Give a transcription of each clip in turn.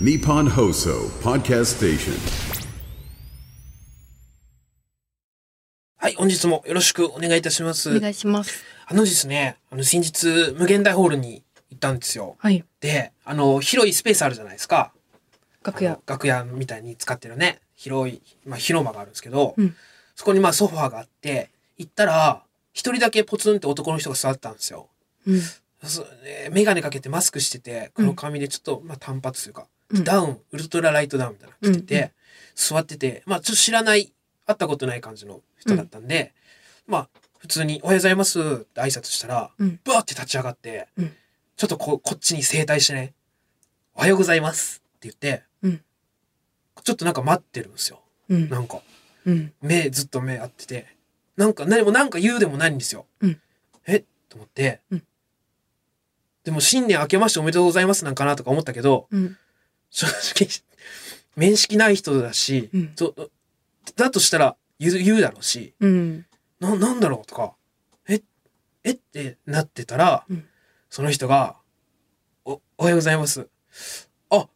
Nippon Hoso Podcast Station. はい、本日もよろしくお願いいたします。お願いします。あのですね、あの、先日、無限大ホールに行ったんですよ。はい。で、あの、広いスペースあるじゃないですか。楽屋。楽屋みたいに使ってるね、広い、まあ、広場があるんですけど、うんそこにまあソファーがあって、行ったら、一人だけポツンって男の人が座ってたんですよ。うん。そうえーメガネかけてマスクしてて、黒髪でちょっと、まあ、短髪というか、うんダウン、ウルトラライトダウンみたいなの着てて、うん座ってて、まあ、ちょっと知らない、会ったことない感じの人だったんで、まあ、普通に、おはようございますって挨拶したら、うんブワーって立ち上がって、うんちょっとここっちに整体してね、おはようございますって言って、うんちょっとなんか待ってるんですよ。うん。なんか、うん。目、ずっと目合ってて、なんか、何も、なんか言うでもないんですよ。うんえと思って、うんでも、新年明けましておめでとうございますなんかなとか思ったけど、 うん。正直、面識ない人だし、うんそだとしたら言う、言うだろうし、うん。な、なんだろうとか、え、えってなってたら、うんその人が、お、おはようございます。あ、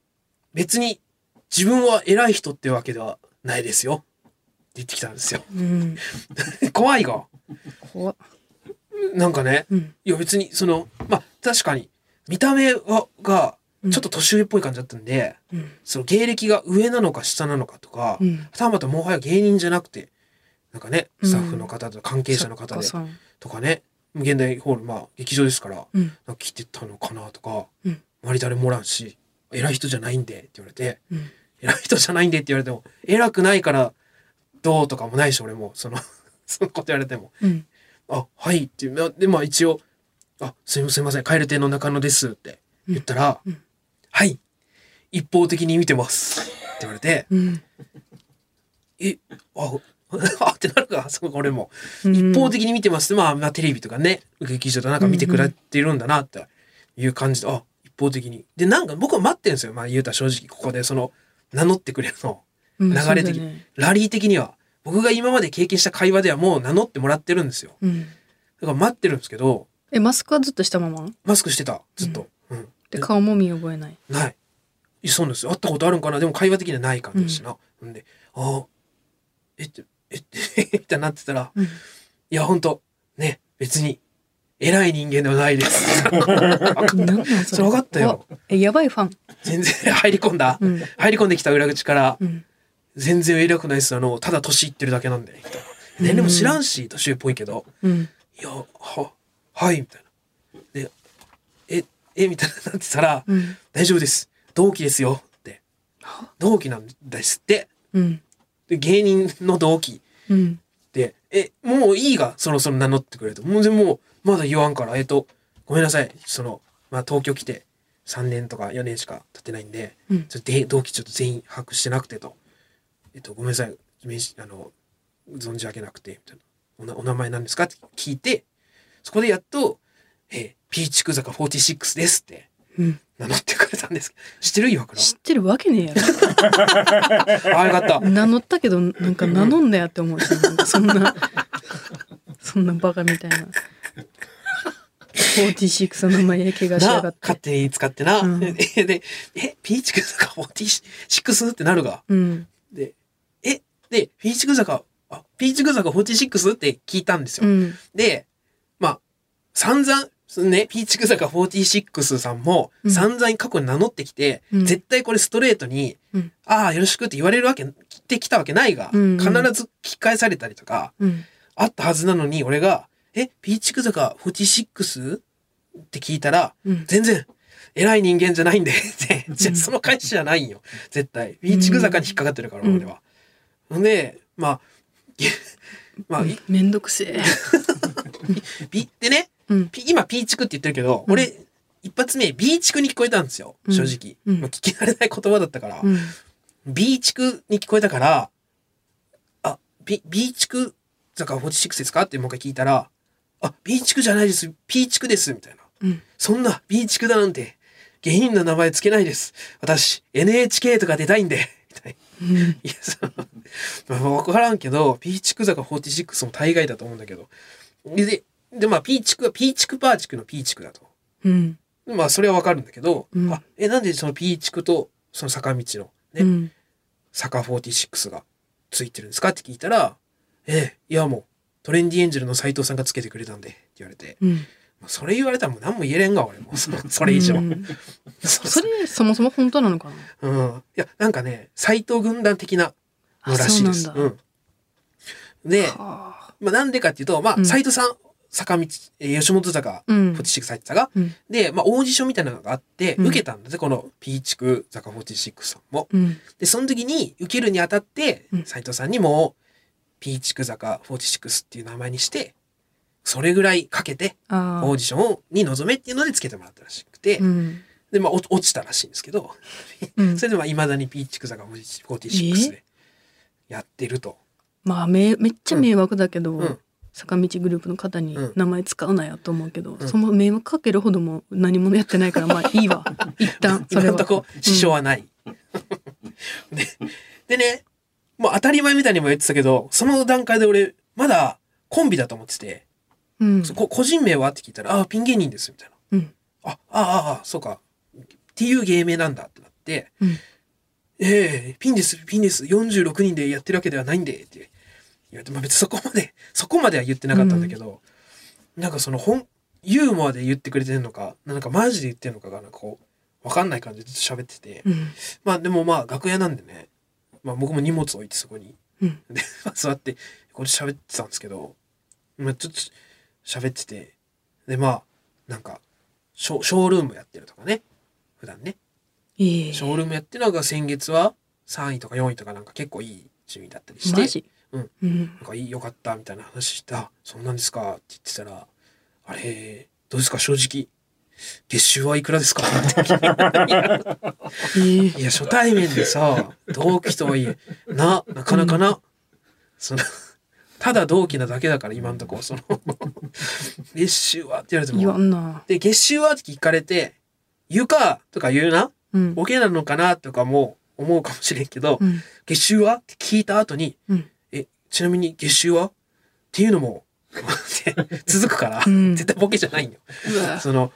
別に自分は偉い人ってわけではないですよ。って言ってきたんですよ。うん。怖いが。怖っなんかね、うん。いや別にその、まあ確かに、見た目は、が、うんちょっと年上っぽい感じだったんで、うん。その芸歴が上なのか下なのかとか、うはん。たまたもはや芸人じゃなくて、なんかね、うんスタッフの方と関係者の方で、作家さんとかね、現代ホール、まあ、劇場ですから、なんうん。か来てたのかなとか、うん周り誰もおらんし、偉い人じゃないんでって言われて、うん。偉い人じゃないんでって言われても、偉くないからどうとかもないし、俺も、その、 そのこと言われても、うん。あ、はいっていう、まあで、まあ一応、あ、すいません、すいません、帰る亭の中野ですって言ったら、うんうんはい、一方的に見てますって言われて、うん。え、あ、 あってなるか、そこ俺も。うん一方的に見てますまあ、まあ、テレビとかね、劇場とかなんか見てくれてるんだな、っていう感じで、あ、一方的に。で、なんか僕は待ってるんですよ。まあ、言うたら正直、ここでその、名乗ってくれるの。うん流れ的そうに、だねラリー的には。僕が今まで経験した会話ではもう名乗ってもらってるんですよ。うん。だから待ってるんですけど、え、マスクはずっとしたままマスクしてた、ずっと。うん。で、顔も見覚えない。ない。いやそうなんですよ。会ったことあるんかなでも会話的にはない感じだしな。んで、ああ、えって、えって、 みたいになってたら、うん。いや、ほんと、ね、別に、偉い人間ではない です。なんなんそそれれ分かったよ。怖っえ、やばいファン。全然入り込んだ、うん入り込んできた裏口から、うん。全然偉くないです。あの、ただ年いってるだけなんで、みたいな。年齢も知らんし、年上っぽいけど、うん。いや、は、はい、みたいな。で、え、え、みたいにな ってたら、うん。大丈夫です。同期ですよ、って。同期なんですって。うん。で芸人の同期。うん。で、え、もういいが、そろそろ名乗ってくれと。もう、でも、まだ言わんから、えっと、ごめんなさい。その、まあ、東京来て3年とか4年しか経ってないんで、うんちょっとで同期ちょっと全員把握してなくてと。えっと、ごめんなさい。名刺あの、存じ上げなくて、みたいな。おなお名前なんですかって聞いて、そこでやっと、えー、ピーチク坂46ですってうん。名乗ってくれたんです。知ってる岩倉。知ってるわけねえやろ。 あ、よかった。名乗ったけどなんか名乗んなやって思うしなんかそん なそんなバカみたいな46の名前で怪我しやがなっ、勝て手に使ってな。う んで、え、ピーチク坂46ってなるが。うんで、え、で、ピーチク坂、あ、ピーチク坂46って聞いたんですうよ。んで、まあ、散々、そのね、ピーチク坂46さんもうん散々過去に名乗ってきて、うん絶対これストレートに、うんああ、よろしくって言われるわけ、ってきたわけないが、うん必ず聞き返されたりとか、うんあったはずなのに、俺が、え、ピーチク坂 46? って聞いたら、うん全然、偉い人間じゃないんで、 ってじゃうんその返しじゃないんよ。絶対。ビーチク坂に引っかかってるから、うん俺は。ほんで、まあ、 いやまあ、いめんどくせえビでね、うんピ今、ピーチクって言ってるけど、うん俺、一発目、ビーチクに聞こえたんですよ。うん正直。うんまあ、聞き慣れない言葉だったからう。んビーチクに聞こえたから、あ、ビ、ビーチク坂46ですかってもう一回聞いたら、あ、ビーチクじゃないです。ピーチクです。みたいな。うんそんな、ビーチクだなんて、芸人の名前つけないです。私、NHK とか出たいんで、 みたいうんな。いや、その、 まあ、わからんけど、ピーチク坂46も大概だと思うんだけど。で、で、まあ、ピーチクは、ピーチクパーチクのピーチクだと。うんまあ、それはわかるんだけど、うんあ、え、なんでそのピーチクとその坂道のね、うん坂46がついてるんですかって聞いたら、ええ、いやもう、トレンディエンジェルの斎藤さんがつけてくれたんで、って言われて、うんまあそれ言われたらもう何も言えれんが、俺も、そのそれ以上。うんそれそもそも本当なのかなうん。いや、なんかね、斎藤軍団的なあのらしいです。そううなんだん。で、はあまあなんでかっていうと、まうあ、ん斎藤さん、坂道、えー吉本坂、うん46斎藤坂うんで、まあ、オーディションみたいなのがあって、うん受けたんですね、この P 地区坂46さんも。うんで、その時に受けるにあたってう、ん斎藤さんにも、ピーチク坂46っていう名前にして、それぐらいかけて、あオーディションに臨めっていうのでつけてもらったらしくて、うんで、まあ、お落ちたらしいんですけど、うんそれでまあ、未だにピーチク坂46でやってると。まあめめっちゃ迷惑だけど、うん坂道グループの方にうん名前使うなよと思うけど、うんその迷惑かけるほども何もやってないからまあい いわ一旦そ今れのはとこ、支障は ない。ででね、もう当たり前みたいにも言ってたけど、その段階で俺、まだコンビだと思ってて、うん、うんそこ個人名はって聞いたら、ああ、ピン芸人です、みたいな。うんあ、ああ、ああ、そうか。っていう芸名なんだってなって、うんええピンです、ピンです、46人でやってるわけではないんで、って言われて、まあ別にそこまで、そこまでは言ってなかったんだけど、なんかその本、ユーモアで言ってくれてるのか、なんかマジで言ってるのかが、なんかこう、わかんない感じでずっと喋ってて、うんまあでもまあ楽屋なんでね、まあ僕も荷物置いてそこにうんで、まあ座って、これ喋ってたんですけど、まあ、ちょっと喋ってて、で、まあ、なんか、ショショールームやってるとかね、普段ね。いいショールームやってるのが先月は3位とか4位とかなんか結構いい順位だったりして、マジうん、うんなんかいい、よかったみたいな話して、あ、そうなんですかって言ってたら、あれ、どうですか正直。月収はいくらですかいいいや、初対面でさ、同期とはいえ、な、なかなかな、その、ただ同期なだけだから、今んとこ、その、月収はって言われて言わも、んなで、月収はって聞かれて、言うかとか言うな、うんボケなのかなとかも思うかもしれんけど、うん月収はって聞いた後に、うんえ、ちなみに月収はっていうのも、 って続くから、うん絶対ボケじゃないんよ。うわその、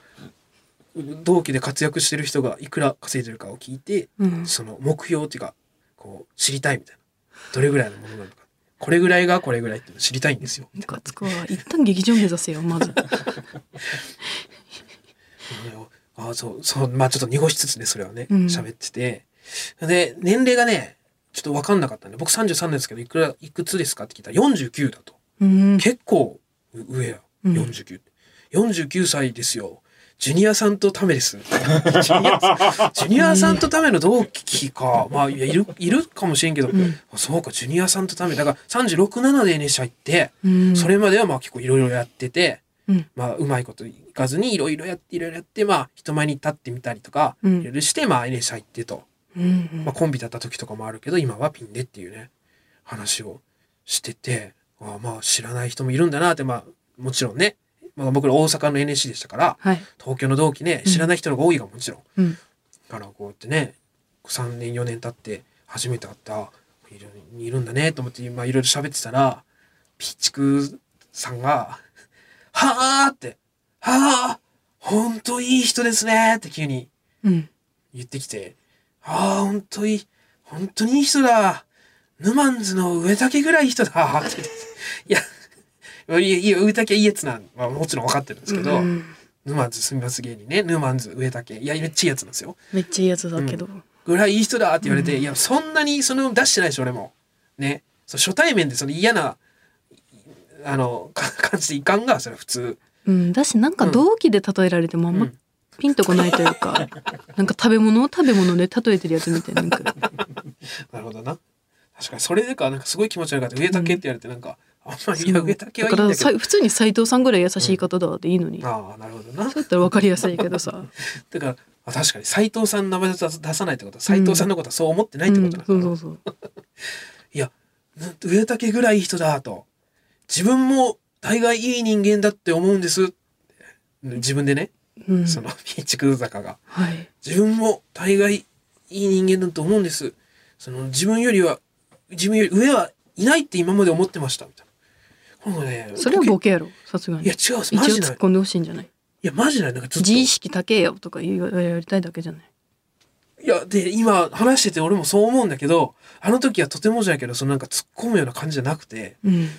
同期で活躍してる人がいくら稼いでるかを聞いて、うんその目標っていうか、こう、知りたいみたいな。どれぐらいのものなのか。これぐらいがこれぐらいっていうの知りたいんですよ。ムカつくわ一旦劇場目指せよまずああ、そう、そう、まあちょっと濁しつつね、それはね、うん喋ってて。で、年齢がね、ちょっと分かんなかったんで、僕33なんですけど、いくら、いくつですかって聞いたら49だと。うん結構う上や。うん49。49歳ですよ。ジュニアさんとため です。ジュニアさんジュニアさんとための同期か。まあ、いやいる、いるかもしれんけど、んあそうか、ジュニアさんとため。だから、36、7で NSC 入って、うんそれまではまあ結構いろいろやってて、うんまあ、うまいこといかずにいろいろやって、いろいろやって、まあ、人前に立ってみたりとか、うんいろいろして、まあ、NSC 入ってと。うんうんまあ、コンビだった時とかもあるけど今はピンでっていうね話をしててああまあ知らない人もいるんだなってまあもちろんね、まあ、僕ら大阪の NSC でしたからはい東京の同期ねうん知らない人の方が多いがもちろん、うんだからこうやってね3年4年経って初めて会ったあいるいるんだねと思ってまあいろいろ喋ってたらピッチクさんが「はあ」って「はあほんといい人ですね」って急にうん言ってきて、ああ、本当に、本当にいい人だ。ヌマンズの上竹ぐらいいい人だ。って言っていや、いや、いや、上竹いいやつなん、まあもちろん分かってるんですけど、うんヌマンズすみます芸人ね、ヌマンズ上竹、いや、めっちゃいいやつなんですよ。めっちゃいいやつだけどぐらいいい人だって言われて、いや、そんなにその出してないでしょ、俺も。ね。そう初対面でその嫌な、あの、か 感じでいかんが、それは普通。うんだしなんか同期で例えられてもあんうまんピンとこないというか なんか食べ物を食べ物で例えてるやつみたいななんかなるほどな。確かに、それでか、なんかすごい気持ち悪かった。上竹って言われて、なんか、あん まり、いや、上竹だはいかいんだらけどさ。普通に斎藤さんぐらい優しい方だでいいのに、ああなるほどな そうやったら分かりやすいけどさ、だからあ確かに斎藤さんの名前出さ出さないってことは斎藤さんのことはそう思ってなういってん、ことそなうんだ、そうそういやな上竹ぐらいいい人だと自分も大概いい人間だって思うんです自分でね、うんその ピーチク坂がはい自分も大概いい人間だと思うんですその自分よりは自分より上はいないって今まで思ってましたみたいなこのねそれはボケやろさすがいにや一違う応マジな突いっ込んでほしいんじゃないいやマジないなんかずっと自意識高えよとか言われたいだけじゃないいいや、で、今話してて俺もそう思うんだけど、あの時はとてもじゃないけど、そのなんか突っ込むような感じじゃなくて、うん。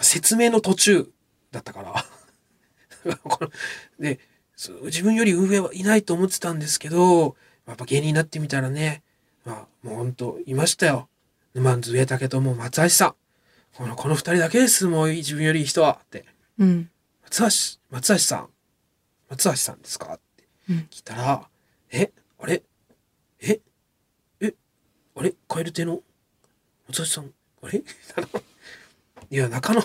説明の途中だったから。 こので、そう自分より上はいないと思ってたんですけど、やっぱ芸人になってみたらね、まあ、もうほんと、いましたよ。沼津上竹とも松橋さん。この、この二人だけです、もう自分よりいい人は。って。うん。松橋、松橋さん、松橋さんですかってうん聞いたら、え、あれええ、あれ蛙亭の松橋さん、あれ あのいや、中野、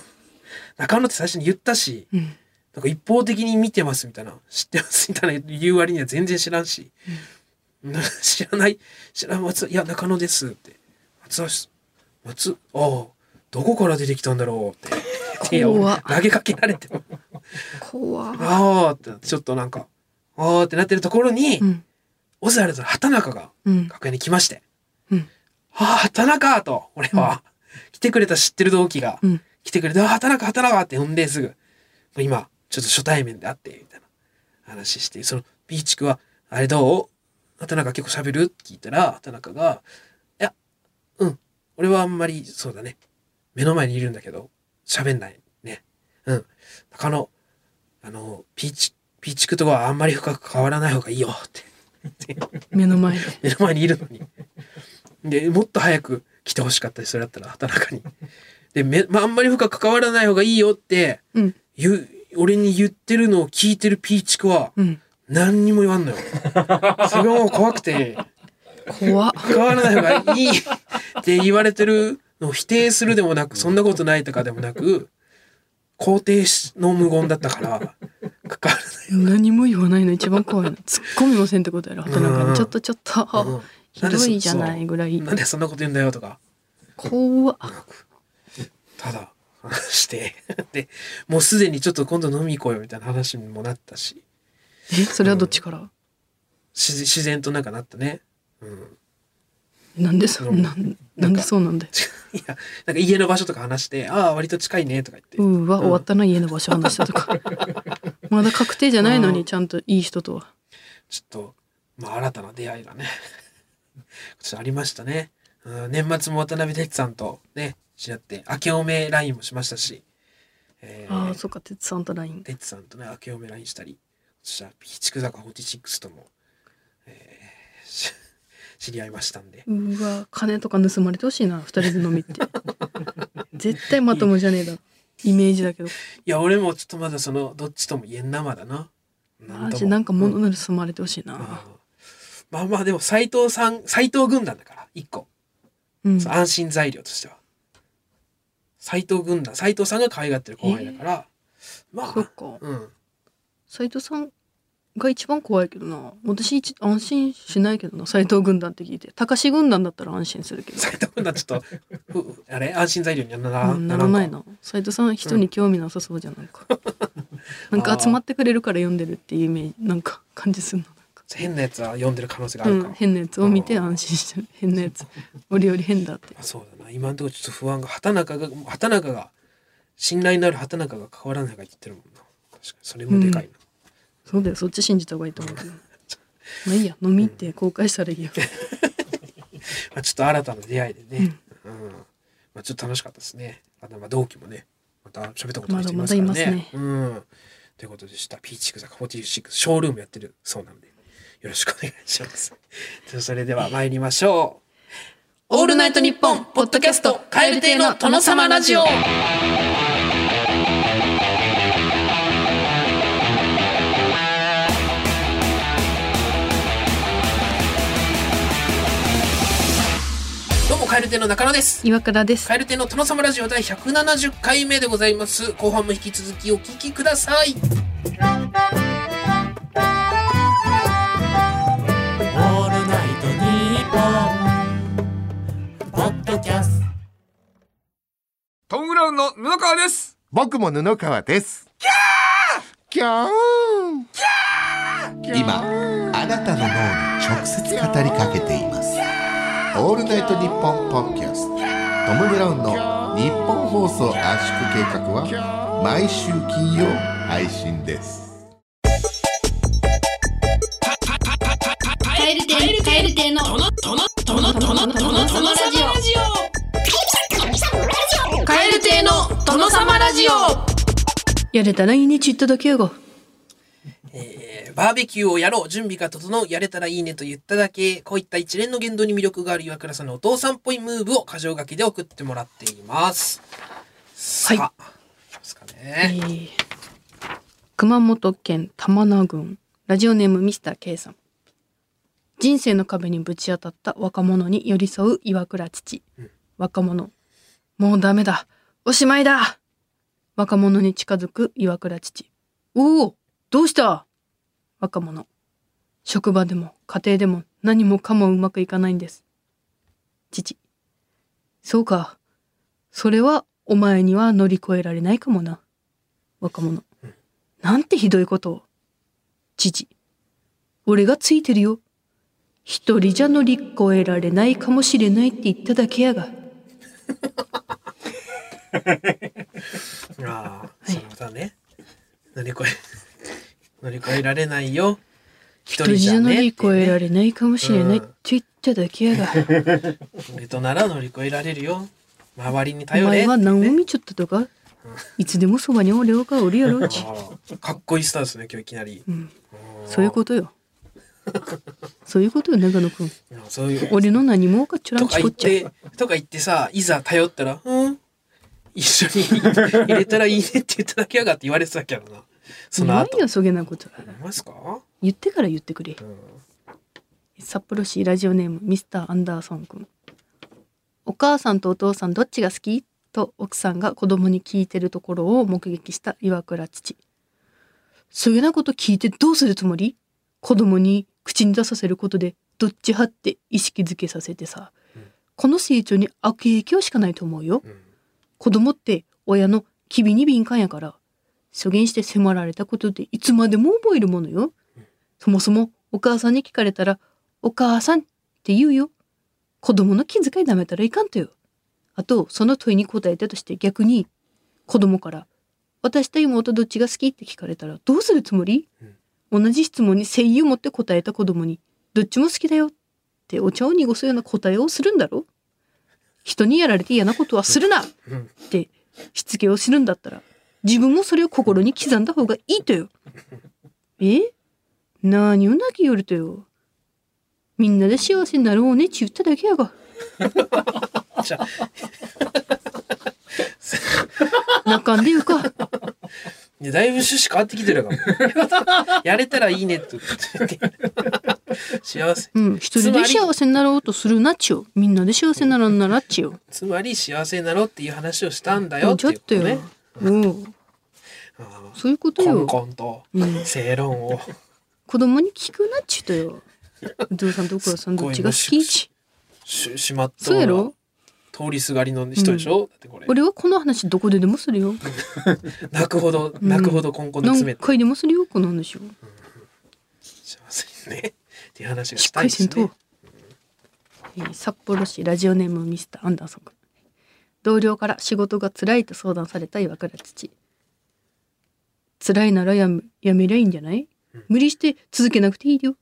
中野って最初に言ったし、うん。なんか一方的に見てますみたいな、知ってますみたいな言う割には全然知らんし、な 知らない、知らん松、いや、中野ですって。松橋さん、松、ああ、どこから出てきたんだろうって。いや、怖俺っ投げかけられても。怖っあーってなってちょっとなんか、あーってなってるところに、うん。オズワルドの畑中がうん。楽屋に来まして、うんああ、畑中と、俺は、来てくれた知ってる同期が、うん。来てくれて、あー畑中、畑中って呼んですぐ、もう今、ちょっと初対面で会って、みたいな話して、その、B 地区は、あれどう畑中結構喋るって聞いたら、畑中が、いや、うん、俺はあんまり、そうだね、目の前にいるんだけど、喋んないね。うん。中野、あの、ピーチ、ピーチクとはあんまり深く変わらない方がいいよって。目の前で。目の前にいるのに。で、もっと早く来てほしかったり、それだったら畑中に。で、め、まあ、あんまり深く関わらない方がいいよって、うん。言う、俺に言ってるのを聞いてるピーチクは、うん。何にも言わんのよ。それがもう怖くて、怖っ関わらない方がいいって言われてるのを否定するでもなく、そんなことないとかでもなく、肯定しの無言だったから、関わ何も言わないの一番怖いの。突っ込みませんってことやろ。畑中うんに。ちょっとちょっらない。うとん。ひどいじゃないぐらい。なんでそんなこと言うんだよとか。怖っただ 話して、で、もうすでにちょっと今度飲み行こうよみたいな話にもなったし、え、それはどっちから自然自然となんかなったね。 うん。なんでそ、うんなん、なんでそうなんだよ。いや、なんか家の場所とか話して、ああ、割と近いねとか言って。うーわ、終わったな、家の場所話した とか。まだ確定じゃないのに、ちゃんといい人とは。ちょっと、まあ新たな出会いがね、 ちょっとありましたね。うん、年末も渡辺哲さんとね、知り合って、明けおめ LINE もしましたし、えああ、ー、そっか、哲さんと LINE。哲さんとね、明けおめ LINE したり、そしたら、ピーチク坂46とも、えーし知り合いましたんで。うーわ、金とか盗まれてほしいな、二人で飲み って。絶対まともじゃねえだろ。イメージだけど。いや、俺もちょっとまだその、どっちとも言えんなまだな。マとジもなんかう物盗まれてほしいんな。まあまあ、でも斎藤さん、斎藤軍団だから、一個。うん。その安心材料としては。斎藤軍団、斎藤さんが可愛がってる後輩だから、まそっあ、か。うん。斎藤さんが一番怖いけどな。私一、安心しないけどな。斎藤軍団って聞いて。高志軍団だったら安心するけど。斎藤軍団ちょっと、ふあれ安心材料にはならうんならないの。な斉藤さん人に興味なさそうじゃんないか、なんか集まってくれるから読んでるっていうイメージなんか感じするのなんか変なやつは読んでる可能性があうるから。ん、変なやつを見て安心してる変なやつ折々変だってまあそうだな。今のところちょっと不安が、畑中が、畑中が、信頼のある畑中が変わらないが言ってるもんな。確かに、それもでかいな。そうだよそっち信じた方がいいと思うけ どまあいいや飲みって公開したらいいよまあ、ちょっと新たな出会いでね、うんまあ、ちょっと楽しかったですね。あとまあ同期もね、また喋ったことない人いますからね。まだまだいますねうん、ということでした。ピーチクザ46ショールームやってるそうなので、よろしくお願いします。 それでは参りましょう。 オールナイトニッポンポッドキャスト蛙亭の殿様ラジオどうも、カエル亭の中野です。岩倉ですカエル亭の殿様ラジオ第170回目でございます。後半も引き続きお聞きください。オールナイトニッポン」ポッドキャストトム・ブラウンの布川です僕も布川です。キャーキャー今あなたの脳に直接語りかけていますオールナイトニッポンポッドキャストトム・ブラウンの日本放送圧縮計画は毎週金曜配信ですカエル亭カエル亭蛙亭のトノトノトノトノトノトノラジオ蛙亭の殿様ラジオやれたらいいねちっとだけやがえーバーベキューをやろう準備が整うやれたらいいねと言っただけこういった一連の言動に魅力がある岩倉さんのお父さんっぽいムーブを箇条書きで送ってもらっていますはいさあいきますかね 熊本県玉名郡ラジオネームミスター K さん人生の壁にぶち当たった若者に寄り添う岩倉父、若者もうダメだおしまいだ若者に近づく岩倉父おおどうした若者職場でも家庭でも何もかもうまくいかないんです父そうかそれはお前には乗り越えられないかもな若者なんてひどいことを。父、俺がついてるよ。一人じゃ乗り越えられないかもしれないって言っただけやが。ああそのまたね乗り越え乗り越えられないよ一一人じゃ乗りね越えられないかもしれないっうんて言っただけ やが。俺となら乗り越えられるよ周りにお頼れ前は何を見ちょったとかいつでもそばに俺をがおるやろうち。ああかっこいいスターですね今日いきなり、そういうこ とよ。そういうことよ、長野くうん。んそういう俺の何もかちょらとんかち言こっっちゃ。てとか言ってさいざ頼ったら「うん一緒に入れたらいいね」って言っただけやがって言われてたけどなそのない後よ、そげなこと。何ですか言ってから言ってくれ、札幌市ラジオネームミスターアンダーソン君お母さんとお父さんどっちが好きと奥さんが子供に聞いてるところを目撃した岩倉父そういうようなこと聞いてどうするつもり子供に口に出させることでどっち派って意識づけさせてさ、この成長に悪影響しかないと思うよ、子供って親の機微に敏感やから助言して迫られたことでいつまでも覚えるものよそもそもお母さんに聞かれたら「お母さん」って言うよ。子供の気遣いなめたらいかんとよ。あとその問いに答えたとして逆に子供から「私と妹どっちが好き?」って聞かれたらどうするつもり、同じ質問に誠意を持って答えた子供に「どっちも好きだよ」ってお茶を濁すような答えをするんだろ人にやられて嫌なことはするなってしつけをするんだったら自分もそれを心に刻んだ方がいいとよ。え何を泣きよるとよ。みんなで幸せになろうねち言っただけやが。じゃあ泣かんでよか。いやだいぶ趣旨変わってきてるかもやれたらい いねって言って幸せうん、一人で幸せになろうとするなっちよ。みんなで幸せにならんならっちよ。つまり幸せになろうっていう話をしたんだうよっんちてょいうっこととよね。うん、ああそういうことコンよ。コンと正論を子供に聞くなっちゅうとよ。お父さんとお母さんどっちが好きっち。ししまっとそうやろ通りすがりの人でしょ、だってこれ俺はこの話どこででもするよ。泣くほど泣くほどコンコンで詰め何て回でもするよ、この話を。幸せにねっていう話がししったかいりですせねんと、えー札幌市ラジオネームミスターアンダーソン君同僚から仕事が辛いと相談された岩倉父辛いならやめやめりゃいいんじゃない無理して続けなくていいよ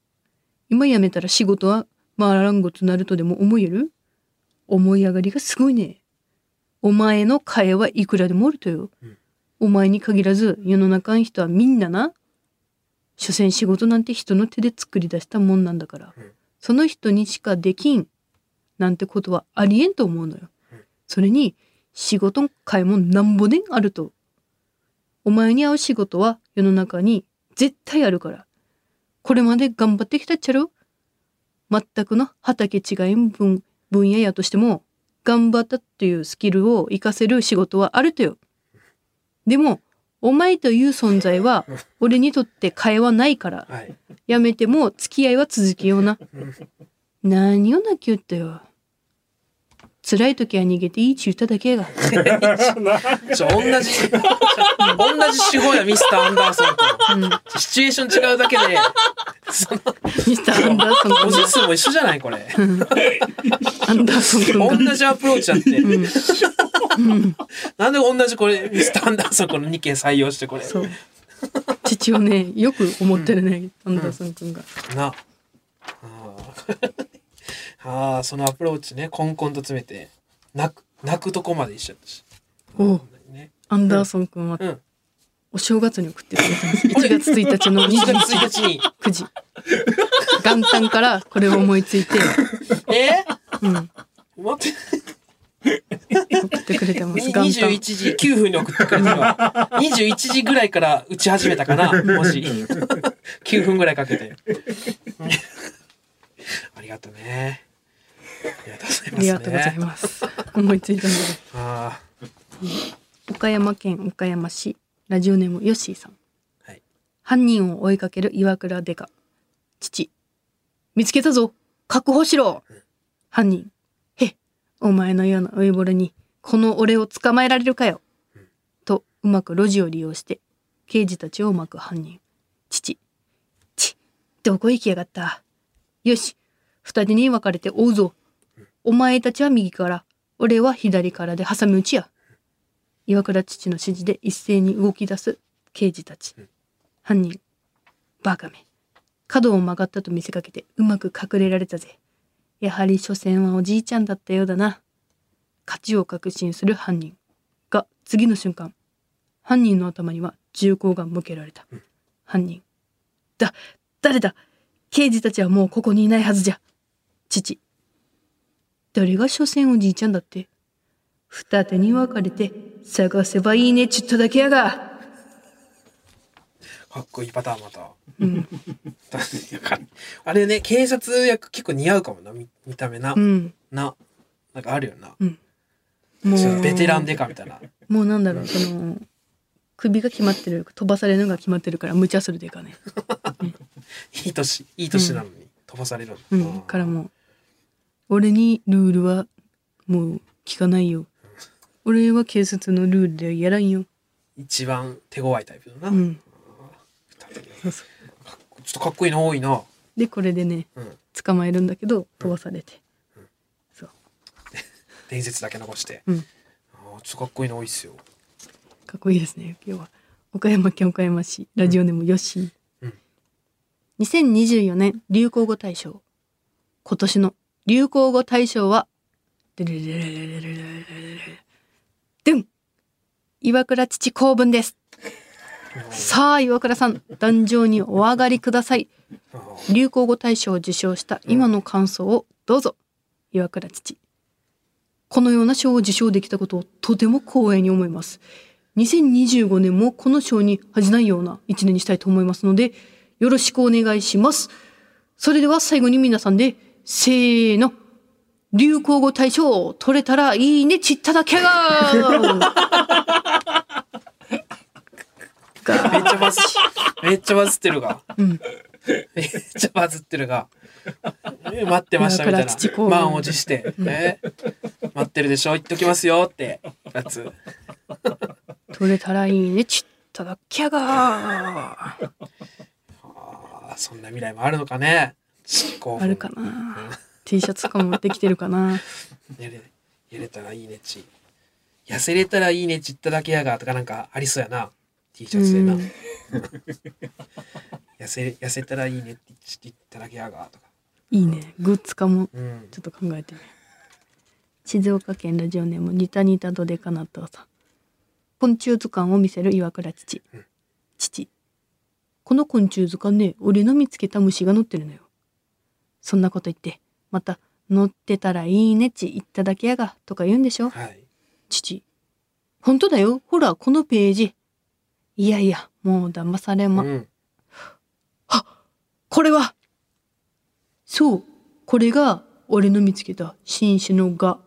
今やめたら仕事は回らんごとなるとでも思いやる思い上がりがすごいねお前の替えはいくらでもおるとよ、お前に限らず世の中の人はみんなな所詮仕事なんて人の手で作り出したもんなんだから、その人にしかできんなんてことはありえんと思うのよ、それに仕事も買いもなんぼねんあるとお前に合う仕事は世の中に絶対あるからこれまで頑張ってきたっちゃろ全くの畑違いん分分野やとしても頑張ったというスキルを活かせる仕事はあるとよでもお前という存在は俺にとって替えはないからはいやめても付き合いは続けような。何を泣きよったよ。辛い時は逃げていいって言っただけやが。ちょ同じ同じ手法やミスターアンダーソンと、シチュエーション違うだけで そのミスターアンダーソン文字君。数も一緒じゃないこれアンダーソン君が同じアプローチだって、なんで同じこれミスターアンダーソンこの2件採用してこれそう。父をね、よく思ってるね、アンダーソン君が。なああああ、そのアプローチね、コンコンと詰めて、泣く、泣くとこまで一緒だったし。おうね。アンダーソン君はうん。お正月に送ってくれたんです。1月1日の 1 21月時1日に。 9時。元旦からこれを思いついて、えうん、待って。送ってくれてます。元21旦。時9分に送ってくれたの は21時ぐらいから打ち始めたかなもし9分ぐらいかけ てありがとうねありがとうございます、ね、ありがとうございます。思いついたので。あ岡山県岡山市ラジオネームヨッシーさん、はい犯人を追いかける岩倉デカ父見つけたぞ確保しろ、犯人へっお前のようなウイボルにこの俺を捕まえられるかよ、とうまく路地を利用して刑事たちをうまく犯人父ちどこ行きやがったよし二人に分かれて追うぞお前たちは右から俺は左からで挟み撃ちや岩倉父の指示で一斉に動き出す刑事たち、犯人バカめ角を曲がったと見せかけてうまく隠れられたぜやはり所詮はおじいちゃんだったようだな勝ちを確信する犯人が次の瞬間犯人の頭には銃口が向けられた、犯人だ誰だ刑事たちはもうここにいないはずじゃ父誰が所詮おじいちゃんだって二手に分かれて探せばいいねちょっとだけやがあかっこいいパターンまた、 あれね警察役結構似合うかもな見見た目な、うんななんかあるよな、もそうベテランうデカみたいなもうなんだろうその首が決まってる飛ばされるのが決まってるから無茶するでかねいい年いい年なのに飛ばされるうの、んからもう俺にルールはもう聞かないよ俺は警察のルールではやらんよ一番手強いタイプだな、うんちょっとかっこいいの多いなでこれでねうん捕まえるんだけど飛ばされて伝説だけ残して、うんああちょっとかっこいいの多いっすよかっこいいですね今日は岡山県岡山市ラジオネームよし、うん2024年流行語大賞今年の流行語大賞はでれれれれれれれれれでん岩倉父公文ですさあ岩倉さん壇上にお上がりくださいああ流行語大賞を受賞した今の感想をどうぞ岩倉父このような賞を受賞できたことをとても光栄に思います2025年もこの賞に恥じないような一年にしたいと思いますのでよろしくお願いしますそれでは最後に皆さんでせーの流行語大賞を取れたらいいねちっただけがめっちゃバズ、めっちゃバズってるが。んめっちゃバズってるが。え待ってましたみたいだから父公な。園満を持して。ね待ってるでしょ言っときますよって。やつ。取れたらいいねちっただけあがそんな未来もあるのかね。こうあるかな T シャツとかもできてるかなやれ、やれたらいいねち。痩せれたらいいねちっただけやがとかなんかありそうやな。T シャツでなうん。痩せ、痩せたらいいねちっただけやがとか。いいねグッズ化もうん。ちょっと考えてみよう静岡県ラジオネームニタニタドデカナットーさん昆虫図鑑を見せる岩倉父父この昆虫図鑑ね俺の見つけた虫が乗ってるのよそんなこと言ってまた乗ってたらいいねち言っただけやがとか言うんでしょはい。父本当だよほらこのページいやいやもう騙されま、うん。これはそう、これが俺の見つけた新種のが。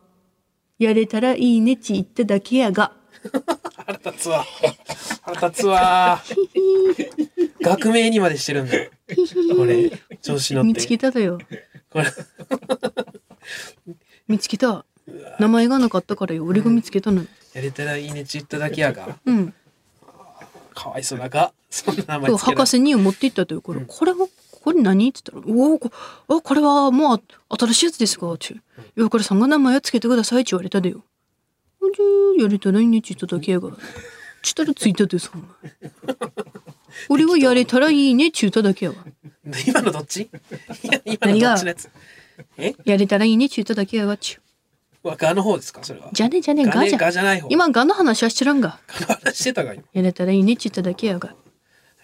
やれたらいいねち言っただけやが。腹立つわ。腹立つわ。学名にまでしてるんだよ。これ、調子乗って。見つけただよ。これ、見つけた。名前がなかったからよ。俺が見つけたのよ。やれたらいいねち言っただけやが。うん。かわいそうだが、そんな名前そう、つけな博士に持って行ったというから、これは、これ何って言ったら、おお、こあこれはもうあ新しいやつですかって。岩倉さんが名前をつけてくださいって言われただよ。ほんでやれたらいいねち言っただけ やが。ちったらついたでさ、お前。俺はやれたらいいねち言っただけやわ。今のどっちいや今の何どがっちのやつやれたらいいね、ちゅうとだけやわっちゅう。わガの方ですかそれはじゃねじゃね、ガガねじゃガ。じゃない方今、ガの話はしてらんが。ガの話してたが今やれたらいいね、ちゅうとだけやが。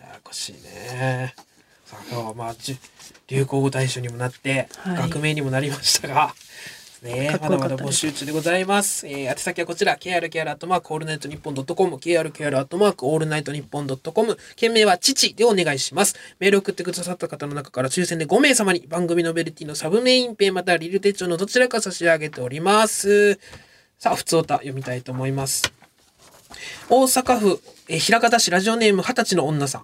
ややこしいねさあ今日はまあじゅ流行語大賞にもなって、はい学名にもなりましたがねかまだっこよかまっただです募集中でございます、えー、宛先はこちら KRKR アットマークオールナイトニッポンドットコム KRKR アットマークオールナイトニッポンドットコム件名は父でお願いしますメールを送ってくださった方の中から抽選で5名様に番組ノベルティのサブメインペイまたはリル手帳のどちらか差し上げておりますさあ普通歌読みたいと思います大阪府えー枚方市ラジオネーム二十歳の女さん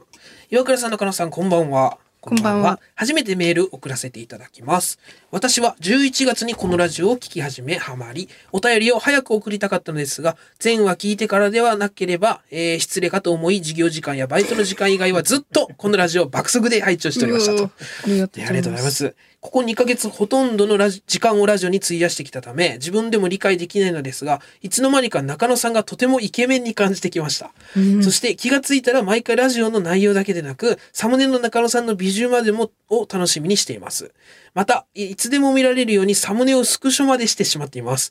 岩倉さん中野さんこんばんはこんばんは初めてメール送らせていただきます私は11月にこのラジオを聞き始めハマりお便りを早く送りたかったのですが前は聞いてからではなければ、えー失礼かと思い授業時間やバイトの時間以外はずっとこのラジオを爆速で拝聴しておりましたうとわありがとでうありがとうごございざいま。ますす。ここ2ヶ月ほとんどのラジ時間をラジオに費やしてきたため、自分でも理解できないのですが、いつの間にか中野さんがとてもイケメンに感じてきました。そして気がついたら毎回ラジオの内容だけでなく、サムネの中野さんの美獣までもを楽しみにしています。また、いいつでも見られるようにサムネをスクショまでしてしまっています。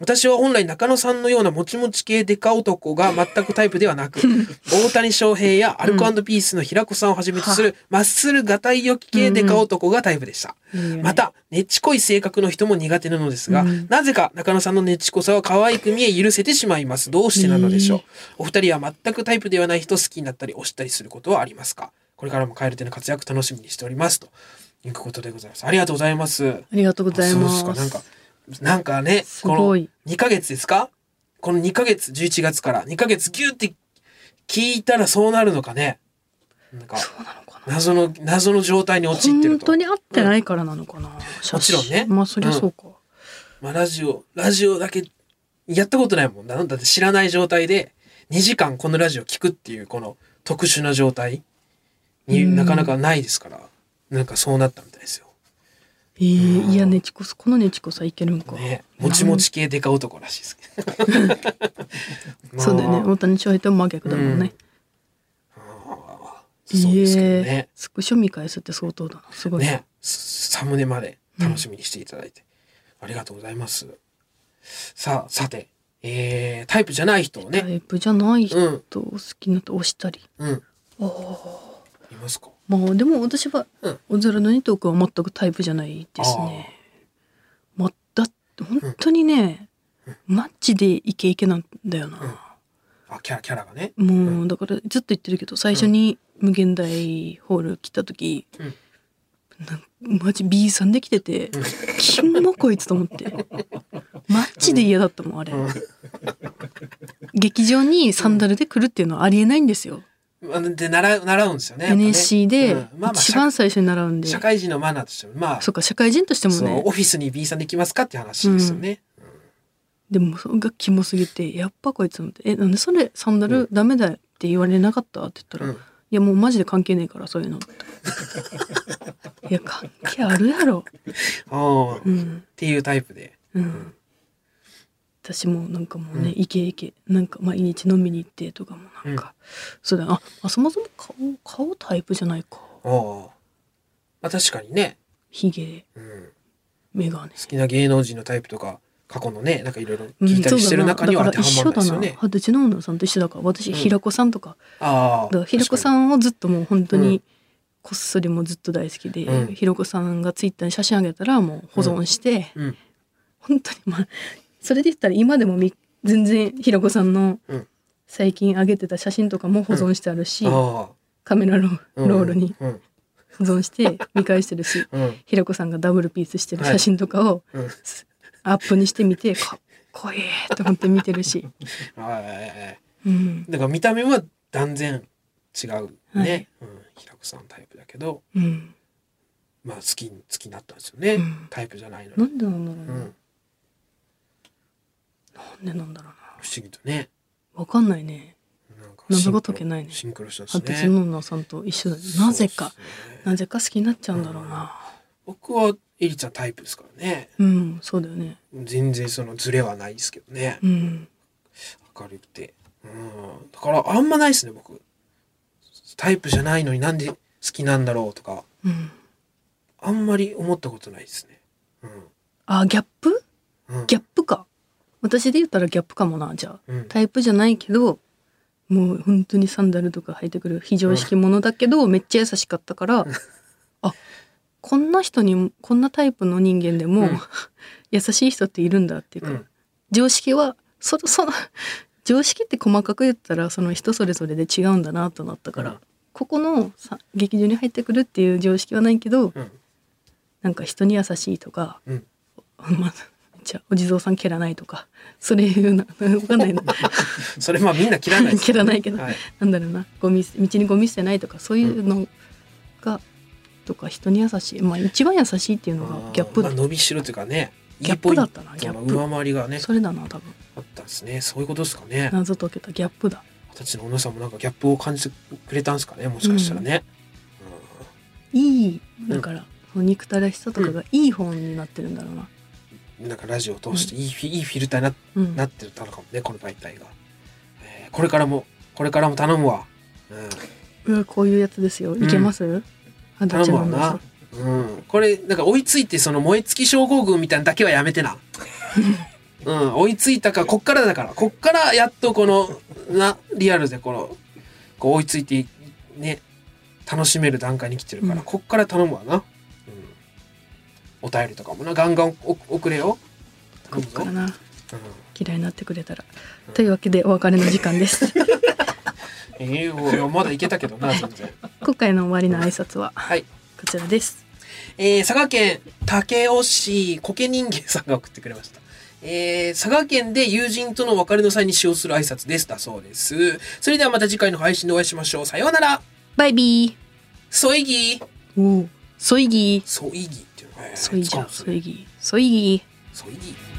私は本来中野さんのようなもちもち系デカ男が全くタイプではなく、大谷翔平やアルコピースの平子さんをはじめとするマッスルがたいよき系デカ男がタイプでした。また、ねちこい性格の人も苦手なのですが、なぜか中野さんのねちこさは可愛く見え許せてしまいます。どうしてなのでしょう。お二人は全くタイプではない人好きになったり押したりすることはありますかこれからもカエルテの活躍楽しみにしております。ということでございます。ありがとうございます。ありがとうございまそうっすかなんすか。、なんかね、すごいこの2ヶ月ですかこの2ヶ月、11月から2ヶ月ギューって聞いたらそうなるのかね。なんか、謎の、謎の状態に陥ってる本と当。に合ってないからなのかな。写真もちろんねまあそりゃそうか。まあ、ラジオ、ラジオだけ、やったことないもんだ。だって知らない状態で、2時間このラジオ聞くっていう、この特殊な状態になかなかないですから、なんかそうなったみたいですよ。ええいやねちこさこのねちこさいけるんか。ねもちもち系デカ男らしいですけど。 まあそうだよね。大谷翔平と真逆だもんね。そうですけどえねえ。スクショ見返すって相当だな。すごい。ね、ササムネまで楽しみにしていただいて、ありがとうございます。さあ、さて、えー、タイプじゃない人をタね、イプじゃない人うんを好きになって押したり。うん。いますかまあでも私はうん小空の二トークは全くタイプじゃないですね。まあだって本当にね、マッチでイケイケなんだよな。あ、キャラ、キャラがね。もうだからずっと言ってるけど最初に無限大ホール来た時、なんマジ B さんで来てて、キモこいつと思って。マッチで嫌だったもんあれ。劇場にサンダルで来るっていうのはありえないんですよ。まあで、習う、習うんですよね。やっぱね NSC うでんまあまあ一番社最初に習うんで。社会人のマナーとしても、まあ、そうか社会人としてもそねうオフィスに B さんできますかっていう話ですよね。でもそれがキモすぎてやっぱこいつのえなんでそれサンダルダメだよって言われなかったって言ったら、いやもうマジで関係ねえからそういうのって いや関係あるやろあーうんっていうタイプで。うん私もなんかもうね、イケイケなんか毎日飲みに行ってとかもなんか、そうだなああそもそも顔顔タイプじゃないかあーまあ、確かにね、ひげうん、眼鏡好きな芸能人のタイプとか、過去のね、なんかいろいろ聞いたりしてる中にはう当てんそうだはまるんなだから一緒でだすなよね。二十歳の女さんと一緒だから私、平子さんとかああだからひろこさんんをずっともう本当うんにこっそりもうずっと大好きで、うんひろこさんがツイッターに写真あげたらもう保存して、うんうん本当にまあそれで言ったら今でもみ全然ひろこさんのうん最近あげてた写真とかも保存してあるし、あカメラロあうんロールにうん保存して見返してるし、うんひろこさんがダブルピースしてる写真とかをうんアップにしてみてかっこいいと思って見てるし、はいうんだから見た目は断然違うね、うん、平子さんタイプだけどうん、まあ好き好きになったんですよね、うんタイプじゃないのに、なんでなんだろううな、ん、なんでなんだろうな不思議とねわかんないねなんか謎が解けないねシンクロシンクロしたんで私すねの女さんと一緒だねなぜかそうですねなぜか好きになっちゃうんだろうな僕はエリちゃんタイプですからねうんそうだよね全然そのズレはないですけどねうん明るくてうんだからあんまないですね僕タイプじゃないのになんで好きなんだろうとかうん、あんまり思ったことないですね。あギャップうん。うんギャップか私で言ったらギャップかもなじゃあ、うんタイプじゃないけどもう本当にサンダルとか履いてくる非常識者だけど、めっちゃ優しかったから、あこんな人にもこんなタイプの人間でも、うん優しい人っているんだっていうか、うん常識はそその常識って細かく言ったらその人それぞれで違うんだなとなったから、うんここのさ劇場に入ってくるっていう常識はないけど、うんなんか人に優しいとか、うんまあ、じゃあお地蔵さん蹴らないとかそれいうなわか んないなそれまあみんな切らないです 蹴らないけど、はいなんだろうなゴミ道にゴミ捨てないとかそういうのが、とか人に優しいまあ一番優しいっていうのがギャップまだあ、伸びしろというかねギャップだったなギギャャップップ上回りがねそれだな多分あったんですねそういうことですかね謎解けたギャップだ二十歳の小野さんもなんかギャップを感じてくれたんですかねもしかしたらね、いいんだから、その憎たらしさとかがいい本になってるんだろうななんかラジオを通していい,、いいフィルターにうんななってたのかもねこの媒体が、えーこれからもこれからも頼むわ、うん、うわこういうやつですよいけます、あどっ頼ちむなわんだなうん、これなんか追いついてその燃え尽き症候群みたいなのだけはやめて なうん追いついたかこっからだからこっからやっとこのなリアルでこのこう追いついてね楽しめる段階に来てるから、うんこっから頼むわな、うん、お便りとかもなガンガンお送れよこっからな頼むぞ嫌いになってくれたら、というわけでお別れの時間です うん、ええ俺はまだいけたけどな全然今回の終わりの挨拶ははいこちらですえー佐賀県武雄市苔人間さんが送ってくれました。えー佐賀県で友人との別れの際に使用する挨拶ですだそうです。それではまた次回の配信でお会いしましょう。さようなら。バイビそいぎ。ーおおそいぎそいぎっていうのが。そいじ使うんゃですそねいぎそいぎそいぎ。